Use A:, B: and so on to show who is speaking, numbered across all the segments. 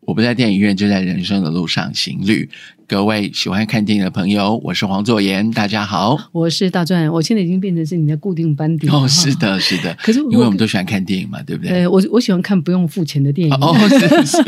A: 我不在电影院，就在人生的路上行旅。各位喜欢看电影的朋友，我是黄作言，大家好。
B: 我是大专，我现在已经变成是你的固定班底了
A: 哦，是。的，是的，
B: 可是我
A: 因为我们都喜欢看电影嘛，对不对？
B: 呃，我我喜欢看不用付钱的电影，
A: 哦， 是是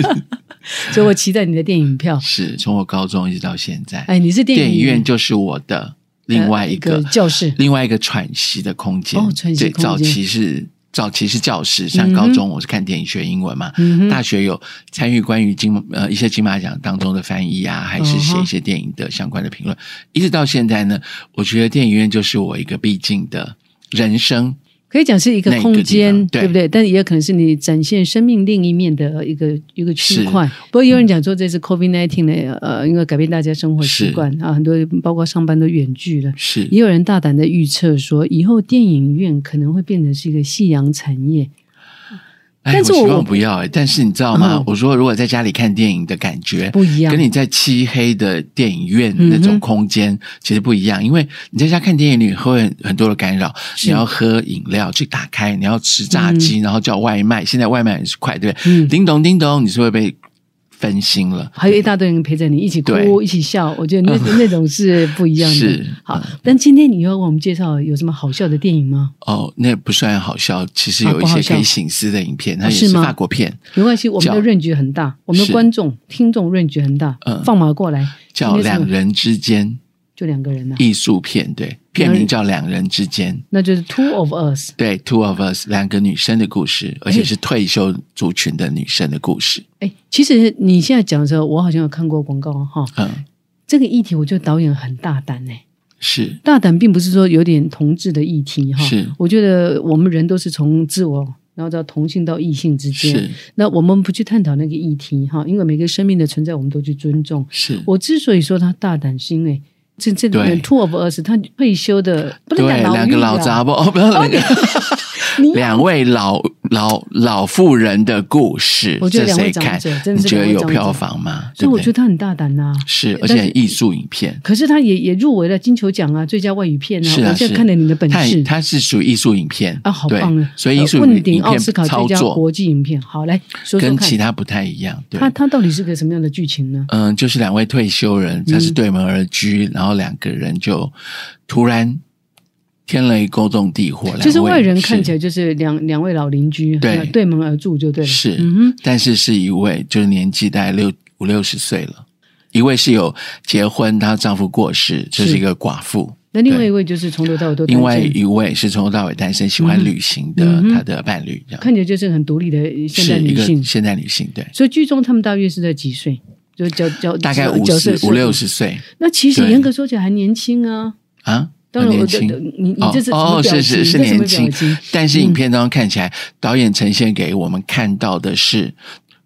B: 所以我期待你的电影票。
A: 是，从我高中一直到现在，
B: 哎，你是电
A: 电影院
B: 就
A: 就是我的另外一个、
B: 教室，
A: 另外一个喘息的空间。
B: 哦喘息
A: 对，
B: 空间
A: 早期是早期是教室，像
B: 嗯哼
A: 高中我是看电影学英文嘛，
B: 嗯
A: 大
B: 哼，
A: 学有参与关于金呃一些金马奖当中的翻译啊，还是
B: 嗯
A: 写
B: 哼
A: 一些电影的相关的评论，一直到现在呢，我觉得电影院就是我一个必经的人生。
B: 可以讲是一个
A: 那一个
B: 空
A: 地
B: 间，
A: 方对
B: 对不对？但也有可能是你展现生命另一面的一个一个区块。不过有人讲说，这次 COVID nineteen 呢，呃，因为改变大家生活习惯啊，很多包括上班都远距了。
A: 嗯是
B: 也有人大胆的预测说，以后电影院可能会变成是一个夕阳产业。
A: 哎，
B: 但是
A: 我希
B: 我
A: 望不要哎、但是你知道吗？
B: 嗯
A: 我说如果在家里看电影的感觉
B: 不一样
A: 跟你在漆黑的电影院
B: 嗯哼
A: 那种空间、其实不一样，因为你在家看电影，你会很很多的干扰，你要喝饮料去打开，你要吃炸鸡，然后叫外卖，现在外卖很快，对不对？
B: 嗯
A: 叮咚叮咚，你是会被分心了。
B: 还有一大堆人陪着你一起哭、
A: 对嗯
B: 一起笑，我觉得那那种是不一样的。
A: 是嗯
B: 好，但今天你要为我们介绍有什么好笑的电影吗？
A: 哦，那不算好笑，其实
B: 啊
A: 有一
B: 不
A: 些
B: 好笑
A: 可以醒思的影片，它
B: 啊
A: 也
B: 是
A: 是
B: 吗
A: 法国片，
B: 没关系，我们
A: 叫
B: 的润局很大，我们的观众、听众润局很大，
A: 嗯
B: 放马过来，
A: 叫《
B: 今天是
A: 两人之间
B: 就两个人呐、》
A: 艺术片，对，片名叫《两人之间》。
B: 那就是 Two of Us。
A: 对，Two of Us 两个女生的故事，而且是退休族群的女生的故事。
B: 哎，其实你现在讲的时候，我好像有看过广告哦哈。
A: 嗯，
B: 这个议题，我觉得导演很大胆呢、
A: 是
B: 大胆并不是说有点同志的议题哈。
A: 是
B: 我觉得我们人都是从自我，然后到同性到异性之间。
A: 是
B: 那我们不去探讨那个议题哈，因为每个生命的存在，我们都去尊重。
A: 是，
B: 我之所以说他大胆，是因为这这
A: 对
B: two of us，他退休的不能
A: 对，
B: 讲老
A: 两个
B: 妪
A: 老
B: 啊
A: 杂包，哦，不要两个，
B: 你
A: 两位老老老妇人的故事，
B: 我觉
A: 这
B: 得两
A: 谁
B: 位长
A: 看
B: 者？真
A: 你
B: 的是
A: 觉得
B: 两位
A: 有
B: 长
A: 票
B: 者
A: 房吗？
B: 所
A: 对
B: 以
A: 不
B: 我觉得
A: 对？
B: 他很大胆呐、
A: 是，而
B: 但
A: 且
B: 是
A: 艺术影片。
B: 可是他也也入围了金球奖啊，最佳外语片啊。
A: 是啊，
B: 我
A: 是
B: 现在看了你的本
A: 它
B: 事
A: 它是属于艺术影片
B: 啊，好
A: 对
B: 棒啊！
A: 所以艺术
B: 呃
A: 影
B: 问鼎
A: 影
B: 奥
A: 片
B: 斯卡最
A: 操
B: 佳
A: 作
B: 国际影片。好，来说说
A: 跟其
B: 看，
A: 他不太一样，对。
B: 他他到底是个什么样的剧情呢？
A: 嗯，就是两位退休
B: 嗯
A: 人，他是对门而居，然后两个人就突然天雷勾动地火，
B: 就是
A: 两位
B: 外人看起
A: 来
B: 来就是两两位老邻居，
A: 对
B: 呃对门而住就对了。
A: 是，
B: 嗯哼，
A: 但是是一位就是年纪大概六五六十岁了，一位是有结婚，她丈夫过世，这、是
B: 是
A: 一个寡妇。
B: 那另外一位就是从头到尾都单
A: 另外
B: 身
A: 一位是从头到尾单身，喜欢旅行的
B: 嗯哼
A: 她的伴侣，这样、
B: 看起来就是很独立的现
A: 是
B: 代
A: 一
B: 女性
A: 个。现代女性，对，
B: 所以剧中他们大约是在几岁？就角角
A: 大概
B: 角
A: 五
B: 角色
A: 十
B: 设
A: 五
B: 定
A: 六十岁
B: 那其实
A: 对
B: 严格说起来还年轻啊。
A: 啊，
B: 当
A: 很年
B: 然，我的
A: 轻
B: 的。你你
A: 哦
B: 这是什
A: 哦
B: 么表
A: 是
B: 情？
A: 是是
B: 这什么
A: 年轻
B: 表情？
A: 但是影片当中看起来，导演呈现给我们看到的是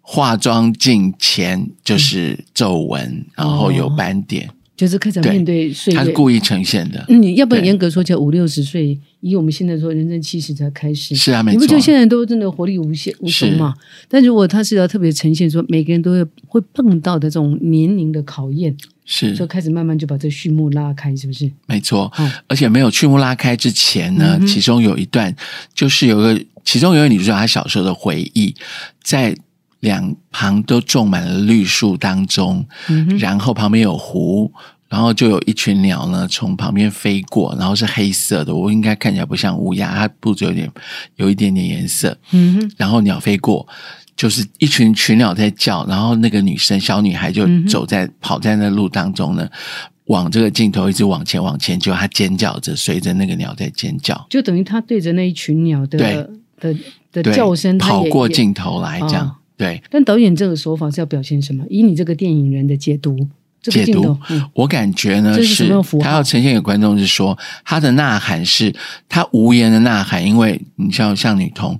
A: 化妆镜前就是皱纹，然后有斑点，
B: 就是开始
A: 对
B: 面哦对岁
A: 他是
B: 月。
A: 故意呈现的。
B: 嗯你要不然
A: 对
B: 严格说起来，五六十岁，以我们现在说，人生七十才开始。
A: 是啊，没
B: 你不
A: 错
B: 觉得，现在都真的活力无限无穷嘛？但如果他是要特别呈现说，每个人都会会碰到的这种年龄的考验，
A: 嗯
B: 就是开始慢慢就把这序幕拉开，是不是？
A: 没错
B: 嗯。
A: 而且没有剧目拉开之前呢
B: 嗯，哼
A: 其中有一段就是有一个，其中有一个女主角她小时候的回忆，在两旁都种满了绿树当中，
B: 嗯哼，
A: 然后旁边有湖，然后就有一群鸟呢从旁边飞过，然后是黑色的，我应该看起来不像乌鸦，它肚子有点有一点点颜色。
B: 嗯哼，
A: 然后鸟飞过，就是一群群鸟在叫，然后那个女生小女孩就
B: 嗯哼
A: 走在、跑在那路当中呢，往这个镜头一直往前往前，就她尖叫着，随着那个鸟在尖叫，
B: 就等于他对着那一群鸟的的的
A: 对，
B: 叫声，他
A: 跑
B: 也
A: 过
B: 也
A: 镜头来这样，
B: 哦
A: 对。
B: 但导演这个手法是要表现什么？以你这个电影人的解读，这个
A: 解
B: 镜
A: 读
B: 头，嗯
A: 我感觉呢
B: 这是什么符号
A: 他要呈现给观众是说，他的呐喊是他无言的呐喊，因为你像像女童，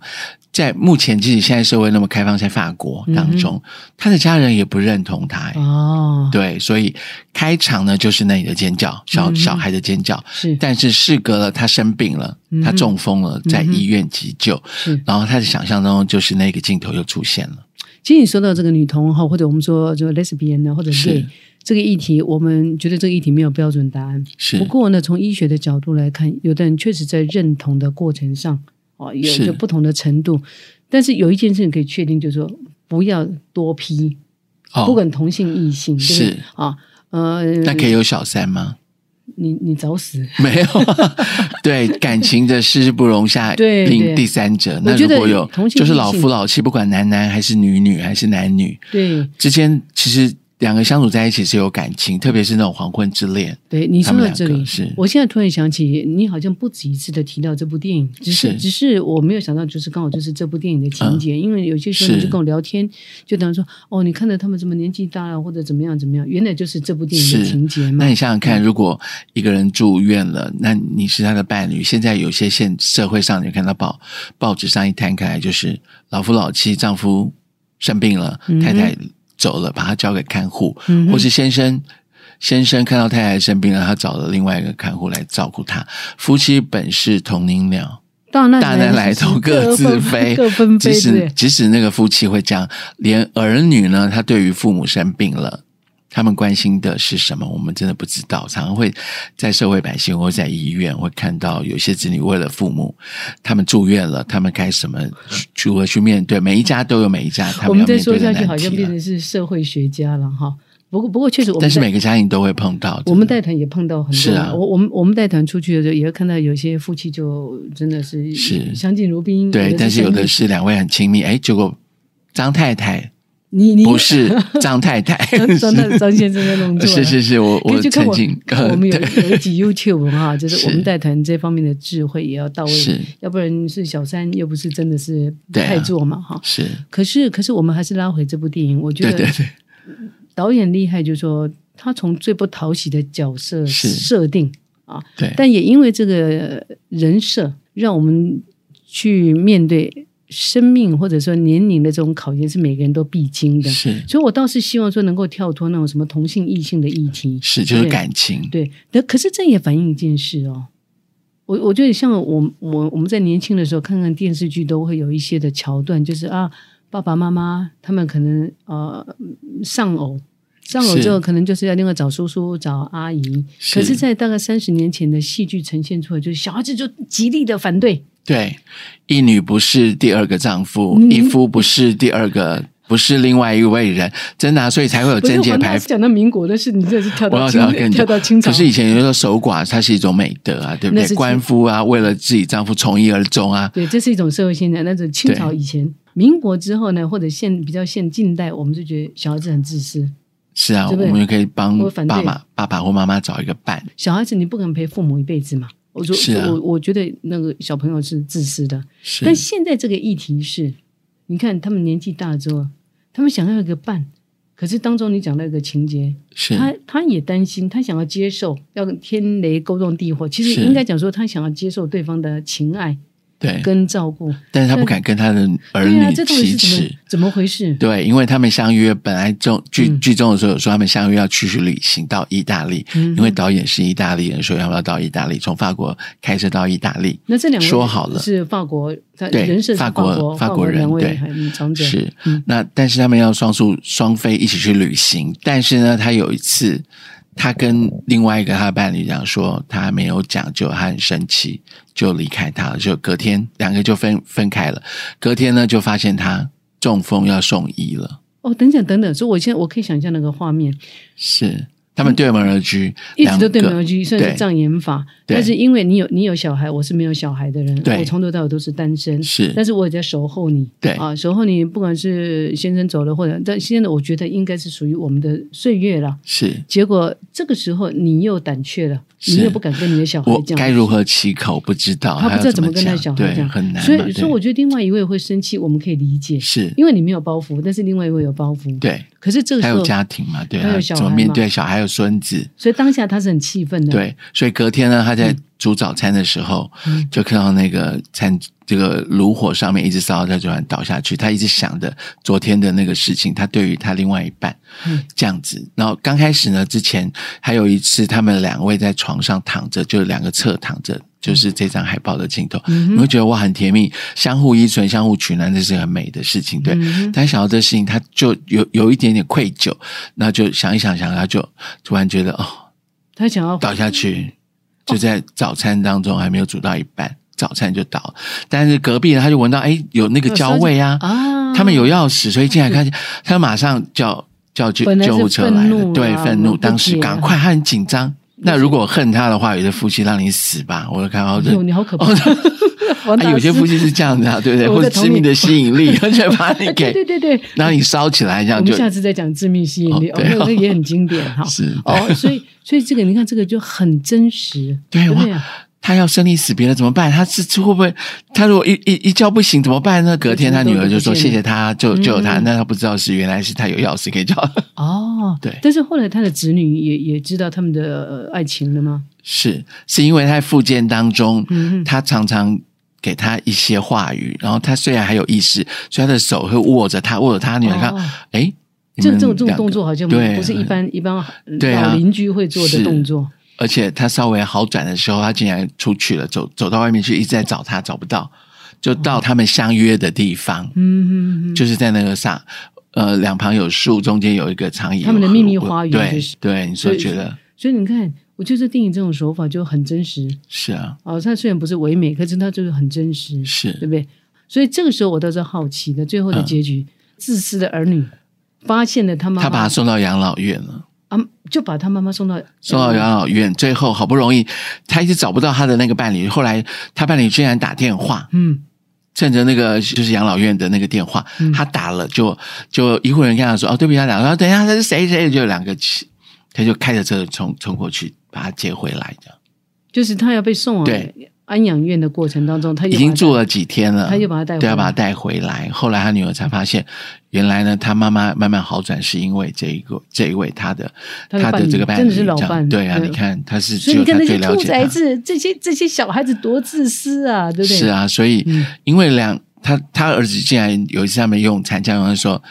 A: 在目前自己现在社会那么开放，在法国当中，
B: 嗯
A: 他的家人也不认同他、欸
B: 哦，
A: 对，所以开场呢就是那里的尖叫，小、
B: 嗯哼
A: 小孩的尖叫。
B: 是
A: 但是事隔了，他生病了，
B: 嗯哼
A: 他中风了，在
B: 嗯哼
A: 医院急救，
B: 是。
A: 然后他的想象当中就是那个镜头又出现了，
B: 其实你说到这个女同哈，或者我们说就 lesbian 啊呢，或者
A: 是
B: gay 这个议题，我们觉得这个议题没有标准答案。
A: 是
B: 不过呢，从医学的角度来看，有的人确实在认同的过程上，哦，有
A: 是
B: 着不同的程度。但是有一件事情可以确定，就是说不要多批，
A: 哦
B: 不管同性异性，对不对
A: 是
B: 啊，呃，
A: 那可以有小三吗？
B: 你你找死。
A: 没 有，对感情的事不容下
B: 对
A: 另
B: 对
A: 第三者。
B: 我
A: 那
B: 觉
A: 如
B: 得
A: 果有
B: 同，性
A: 就是
B: 异
A: 老
B: 性
A: 夫老妻，不管男男还是女女还是男女
B: 对
A: 之间，其实两个相处在一起是有感情，特别是那种黄昏之恋。
B: 对，你说
A: 他们
B: 到
A: 两
B: 这
A: 个
B: 里，
A: 是
B: 我现在突然想起，你好像不止一次的提到这部电影，只是
A: 是嗯
B: 只是我没有想到，就是刚好就是这部电影的情节，因为有些时候
A: 是
B: 你就跟我聊天，就等于说哦，你看到他们怎么年纪大了，或者怎么样怎么样，原来就是这部电影的
A: 是
B: 情节
A: 那。
B: 嘛
A: 你想想
B: 嗯
A: 看，如果一个人住院了，那你是他的伴侣。现在有些现社会上，你看到报报纸上一摊开来，就是老夫老妻，丈夫生病了，
B: 嗯哼
A: 太太走了，把他交给看护，
B: 嗯哼
A: 或是先生。先生看到太太生病了，他找了另外一个看护来照顾他。夫妻本是同林鸟，
B: 大难
A: 大难来
B: 时
A: 头各自
B: 分
A: 飞，
B: 嗯各分飞，
A: 即
B: 对不对
A: 使即使那个夫妻会这样，连儿女呢，他对于父母生病了，他们关心的是什么，我们真的不知道。常常会在社会百姓或在医院会看到有些子女为了父母，他们住院了，他们该什么如何去面对？每一家都有每一家他
B: 我
A: 们要
B: 们再
A: 面
B: 说
A: 对的
B: 下去，好
A: 难
B: 像
A: 题
B: 变
A: 了。
B: 成是社会学家了哈。不过不过确实我们
A: 但是
B: 在
A: 每个家庭都会碰到，
B: 我们
A: 真的
B: 带团也碰到很多，
A: 是啊
B: 我我们我们带团出去的时候，也会看到有些夫妻就真的是
A: 是
B: 相敬如宾，
A: 对，但是有的
B: 是
A: 是两位很亲密，哎，结果张太太
B: 你你
A: 不是张太太，
B: 张张张先生在弄错了，
A: 是是是，我
B: 可以
A: 我
B: 去看
A: 曾
B: 我
A: 经
B: 我们有
A: 对
B: 有一集 YouTube 哈，就是我们
A: 是
B: 带团这方面的智慧也要到
A: 是
B: 位，要不然是小三又不是真的是
A: 对啊
B: 太做嘛哈。
A: 是，
B: 可是可是我们还是拉回这部电影，我觉
A: 对
B: 得
A: 对对。
B: 导演厉害，就是说他从最不讨喜的角色
A: 是
B: 设定啊，
A: 对
B: 但也因为这个人设，让我们去面对生命或者说年龄的这种考验，是每个人都必经的。
A: 是
B: 所以我倒是希望说能够跳脱那种什么同性异性的议题，
A: 是，就是
B: 对
A: 感情，
B: 对，那可是这也反映一件事哦。我我觉得像我我我们在年轻的时候看看电视剧，都会有一些的桥段，就是啊，爸爸妈妈他们可能呃丧偶，丧偶
A: 是
B: 之后可能就是要另外找叔叔找阿姨。可
A: 是
B: 是，在大概三十年前的戏剧呈现出来，就是小孩子就极力的反对，
A: 对，一女不是第二个丈夫，
B: 嗯
A: 一夫不是第二个，不是另外一位人，真的啊、所以才会有
B: 不是
A: 贞
B: 我
A: 节
B: 们
A: 牌
B: 还是。讲到民国的事，你这是跳
A: 我
B: 到
A: 要
B: 清
A: 想要跟你
B: 跳
A: 讲
B: 到清，朝，
A: 可是以前有时候守寡，它是一种美德啊，对不
B: 那
A: 对
B: 是？
A: 官夫啊，为了自己丈夫从一而终啊，
B: 对，这是一种社会现象。那种清朝以前、民国之后呢，或者现比较现近代，我们就觉得小孩子很自私，
A: 是啊，
B: 对
A: 我
B: 不对
A: 们就可以帮
B: 我反对
A: 爸爸、爸爸或妈妈找一个伴，
B: 小孩子你不可能陪父母一辈子嘛。我说，
A: 是啊
B: 我我觉得那个小朋友是自私的。
A: 是
B: 但现在这个议题是，你看他们年纪大了之后，他们想要一个伴，可是当中你讲到一个情节，
A: 是
B: 他他也担心，他想要接受，要天雷勾动地火。其实
A: 是
B: 应该讲说，他想要接受对方的情爱
A: 对，
B: 跟照顾。
A: 但是他不敢跟他的儿
B: 对啊，
A: 女
B: 这到底
A: 启
B: 是怎
A: 齿
B: 么，怎么回事？
A: 对，因为他们相约本来中剧
B: 嗯
A: 剧中的时候有说他们相约要去去旅行到意大利，
B: 嗯
A: 因为导演是意大利人，所以他们要到意大利，从法国开车到意大利。
B: 那这两位
A: 说好了
B: 是法国，他
A: 对
B: 人是
A: 法国
B: 国
A: 法
B: 法
A: 国人
B: 两位
A: 对
B: 很长者
A: 是，
B: 嗯
A: 那但是他们要双宿双飞一起去旅行，但是呢，他有一次。他跟另外一个他的伴侣讲说，他没有讲究，他很生气，就离开他了。就隔天两个就分分开了。隔天呢，就发现他中风要送医了。
B: 哦，等等等等，所以我现在我可以想象那个画面，
A: 是，他们对门而居，
B: 嗯一直都对
A: 两个
B: 没有去算是
A: 对
B: 障眼法，
A: 对
B: 但是因为你有你有小孩，我是没有小孩的人，
A: 对
B: 我从头到尾都是单身，
A: 是
B: 但是我也在守候你，
A: 对
B: 啊，守候你，不管是先生走了或者，但现在我觉得应该是属于我们的岁月了。
A: 是
B: 结果这个时候你又胆怯了，你
A: 是
B: 又不敢跟你的小孩
A: 我
B: 讲，
A: 该如何其口不知道，
B: 他
A: 还
B: 不
A: 要
B: 知道怎么跟他
A: 讲，
B: 小孩
A: 对，
B: 讲，
A: 很难嘛。
B: 所以所以
A: 对
B: 我觉得另外一位会生气，我们可以理解，
A: 是
B: 因为你没有包袱，但是另外一位有包袱，。
A: 对，
B: 可是这个
A: 还
B: 时
A: 有
B: 候，
A: 家庭嘛，对，
B: 还有
A: 他
B: 小
A: 怎么
B: 孩
A: 面
B: 嘛
A: 对小孩，还有孙子，
B: 所以当下他是很气愤的，，
A: 对，所以隔天呢，他在煮早餐的时候，
B: 嗯
A: 就看到那个餐这个炉火上面一直烧，他突然倒下去，他一直想着昨天的那个事情，他对于他另外一半、
B: 嗯
A: 这样子。然后刚开始呢，之前还有一次，他们两位在床上躺着，就是两个侧躺着。就是这张海报的镜头，
B: 嗯哼
A: 你会觉得哇很甜蜜，相互依存、相互取暖，这是很美的事情。对，
B: 嗯哼
A: 但想到这事情，他就有有一点点愧疚，那就想一想想，他就突然觉得哦，
B: 他想要
A: 倒下去，就在早餐当中还没有煮到一半，早餐就倒了。但是隔壁呢，他就闻到哎有那个焦味啊，
B: 啊，
A: 他们有钥匙，所以进来看见，他马上叫叫救
B: 嗯本来是
A: 救护车来
B: 愤怒
A: 了，
B: 啦
A: 对，愤怒，
B: 我们不解啊
A: 当时赶快，他很紧张。那如果恨他的话，有些夫妻让你死吧，我就看到
B: 哟，
A: 这。
B: 哎你好可怕！ 王
A: 哦啊，
B: 大
A: 有些
B: 师
A: 夫妻是这样的、啊，对不对？
B: 哦 我
A: 或
B: 在
A: 者
B: 同
A: 致
B: 理
A: 命的吸引 力，而且把你
B: 哎对对
A: 给，
B: 对对，
A: 然后你烧起来，这
B: 我
A: 样
B: 们
A: 就
B: 下次再讲致命吸引力，
A: 哦
B: 哦，
A: 对
B: 那
A: 哦
B: 个也很经典哈。
A: 是
B: 哦，所以所以这个你看，这个就很真实，
A: 对
B: 不
A: 哇
B: 对啊？
A: 他要生离死别了怎么办？他是会不会？他如果一一一觉不醒怎么办呢？隔天他女儿就说
B: 都不见了
A: 谢谢他，就就有他。
B: 嗯
A: 那他不知道是原来是他有钥匙可以叫。
B: 哦，
A: 对
B: 但是后来他的子女也也知道他们的呃爱情了吗？
A: 是是因为他在复健当中，
B: 嗯
A: 他常常给他一些话语，然后他虽然还有意识，所以他的手会握着他，握着他女儿，
B: 哦
A: 看，哎，你
B: 这
A: 们
B: 这种这种
A: 两个
B: 动作好像
A: 对
B: 不是一般一般
A: 对啊
B: 老邻居会做的
A: 是
B: 动作。
A: 而且他稍微好转的时候，他竟然出去了，走走到外面去，一直在找他，找不到，就到他们相约的地方，
B: 嗯嗯嗯，
A: 就是在那个上，呃，两旁有树，中间有一个长椅，
B: 他们的
A: 有河
B: 秘密花园
A: 对
B: 就是
A: 对，你说
B: 对
A: 觉得
B: 所以你看，我觉得这电影这种手法就很真实
A: 是啊，
B: 哦。它虽然不是唯美，可是它就是很真实，对
A: 是
B: 不对？所以这个时候我倒是好奇的，最后的
A: 嗯
B: 结局，自私的儿女发现了他妈妈，
A: 他把他送到养老院了。
B: 啊，就把他妈妈送到嗯
A: 送到养老院，最后好不容易，他一直找不到他的那个伴侣。后来他伴侣居然打电话，
B: 嗯
A: 趁着那个就是养老院的那个电话，
B: 嗯
A: 他打了就就医护人员跟他说：“哦，对不起，他打了。”然后等一下，他是谁谁，就有两个起，他就开着车冲冲过去把他接回来的。
B: 就是他要被送往
A: 对
B: 安养院的过程当中，他
A: 已经住
B: 做
A: 了几天了，
B: 他又把他带回来
A: 对，要啊把他带回来。后来他女儿才发现，原来呢，他妈妈慢慢好转是因为这一个这一位他的
B: 他的伴侣
A: 的这个伴侣
B: 真的是老
A: 这样
B: 伴
A: 对啊，
B: 对
A: 你看他是只
B: 所以
A: 有
B: 你
A: 他
B: 看那
A: 最
B: 些
A: 了
B: 兔
A: 解
B: 崽
A: 他。
B: 子，这些这些小孩子多自私啊，对不对？
A: 是，啊，所以、
B: 嗯
A: 因为两他他儿子竟然有一次他们用餐，家人说：“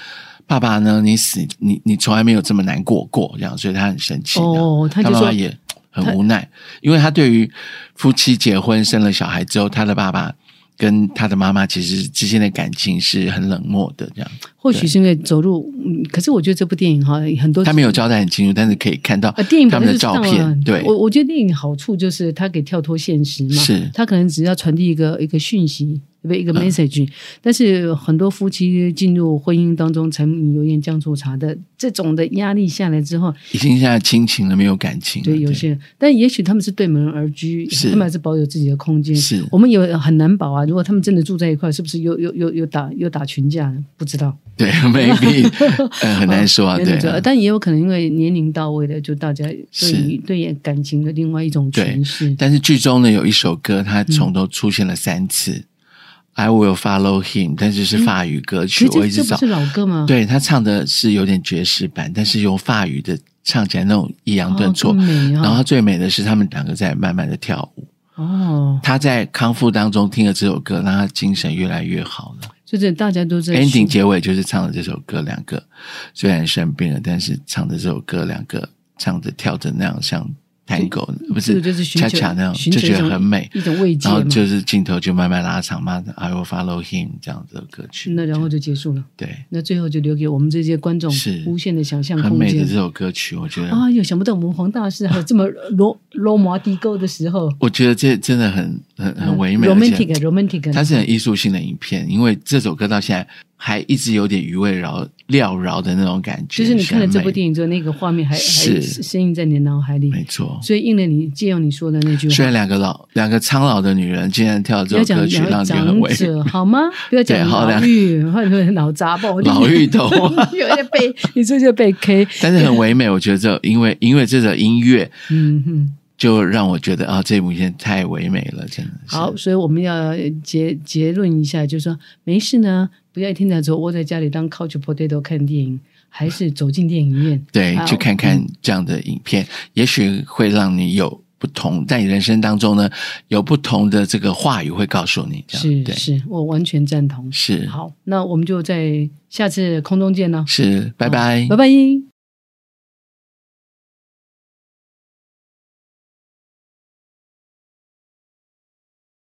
A: 爸爸呢？你死你你从来没有这么难过过。”这样，所以他很生气。
B: 哦，他
A: 这样他妈
B: 就说
A: 妈也很无奈，因为他对于夫妻结婚生了小孩之后，他的爸爸跟他的妈妈其实之间的感情是很冷漠的。这样，
B: 或许是因为走路，嗯，可是我觉得这部电影哈，很多
A: 他没有交代很清楚，但是可以看到
B: 啊，电影
A: 他
B: 本
A: 们
B: 来
A: 的
B: 就是这
A: 照
B: 样啊
A: 片。对，
B: 我我觉得电影好处就是它可以跳脱现实嘛，
A: 是嗯
B: 它可能只要传递一个一个讯息，对不对？一个 message、但是很多夫妻进入婚姻当中，柴米油盐酱醋茶的这种的压力下来之后，
A: 已经现在亲情了，没有感情了。
B: 对有些人，但也许他们是对门而居，
A: 嗯是
B: 他们还是保有自己的空间。
A: 是
B: 我们也很难保啊。如果他们真的住在一块，是不是又又又又打又打群架呢？不知道。
A: 对 maybe 呃很难 说啊，
B: 原
A: 对
B: 理主要
A: 啊。
B: 但也有可能因为年龄到位了，就大家对
A: 是
B: 于对感情的另外一种诠释。
A: 但是剧中呢，有一首歌，
B: 嗯
A: 它从头出现了三次、i will follow him”，但是是
B: 嗯
A: 法语歌
B: 其
A: 曲，
B: 实
A: 我一
B: 这
A: 直
B: 这不
A: 找
B: 是。老歌吗？
A: 对他唱的是有点爵士版，但是用法语的唱起来那种抑扬
B: 哦，
A: 顿挫。
B: 更美啊
A: 然后最美的是他们两个在慢慢的跳舞。
B: 哦，
A: 他在康复当中听了这首歌，让他精神越来越好了。
B: 就是大家都在
A: ending
B: 寻
A: 结尾就是唱了这首歌，两个虽然生病了，但是唱的这首歌，两个唱着跳着那样像 tango，不
B: 这
A: 是
B: 个就是寻
A: 恰
B: 求
A: 恰那样，
B: 寻
A: 就
B: 求
A: 觉
B: 一
A: 得
B: 种
A: 很美。
B: 一种慰藉
A: 然后
B: 嘛。
A: 就是镜头就慢慢拉长，慢慢 I will follow him 这样子的歌曲。
B: 那然后就结束了，
A: 对，
B: 那最后就留给我们这些观众
A: 是
B: 无限的想象
A: 很
B: 空
A: 美的
B: 间
A: 这。首歌曲，我觉得，
B: 哎呦，想不到我们黄大师还有这么罗 罗摩地沟的时候，啊
A: 我觉得这真的很很
B: 嗯
A: 很唯美，而且它
B: ，romantic，romantic，
A: 是很艺术性的影片，因为这首歌到现在还一直有点余味绕缭绕的那种感觉。
B: 就是你看了这部
A: 影，
B: 电影之后，那个画面还还
A: 是
B: 深印在你的脑海里，
A: 没错。
B: 所以应了你借用你说的那句
A: 虽然。
B: 话
A: 两个老两个苍老的女人竟然跳
B: 不
A: 这
B: 要
A: 首
B: 讲
A: 歌曲，
B: 老
A: 让你很
B: 长
A: 唯
B: 者 好吗？不要
A: 对
B: 讲
A: 好的
B: 老妪 或者老 杂包，
A: 老芋头。啊
B: 有点被你这就被 K，
A: 但是很唯美，我觉得这因为因为这首音乐
B: 嗯哼，
A: 就让我觉得啊，这部影片太唯美了，真的是。
B: 好，所以我们要结结论一下，就是说没事呢，不要一天到晚只窝在家里当 couch potato 看电影，还是走进电影院。
A: 对
B: 好，
A: 去看看这样的影片，也许会让你有不同，在你人生当中呢，有不同的这个话语会告诉你， 这样
B: 是
A: 对，
B: 是，我完全赞同。
A: 是
B: 好，那我们就在下次空中见了，
A: 是，拜拜
B: 拜。拜。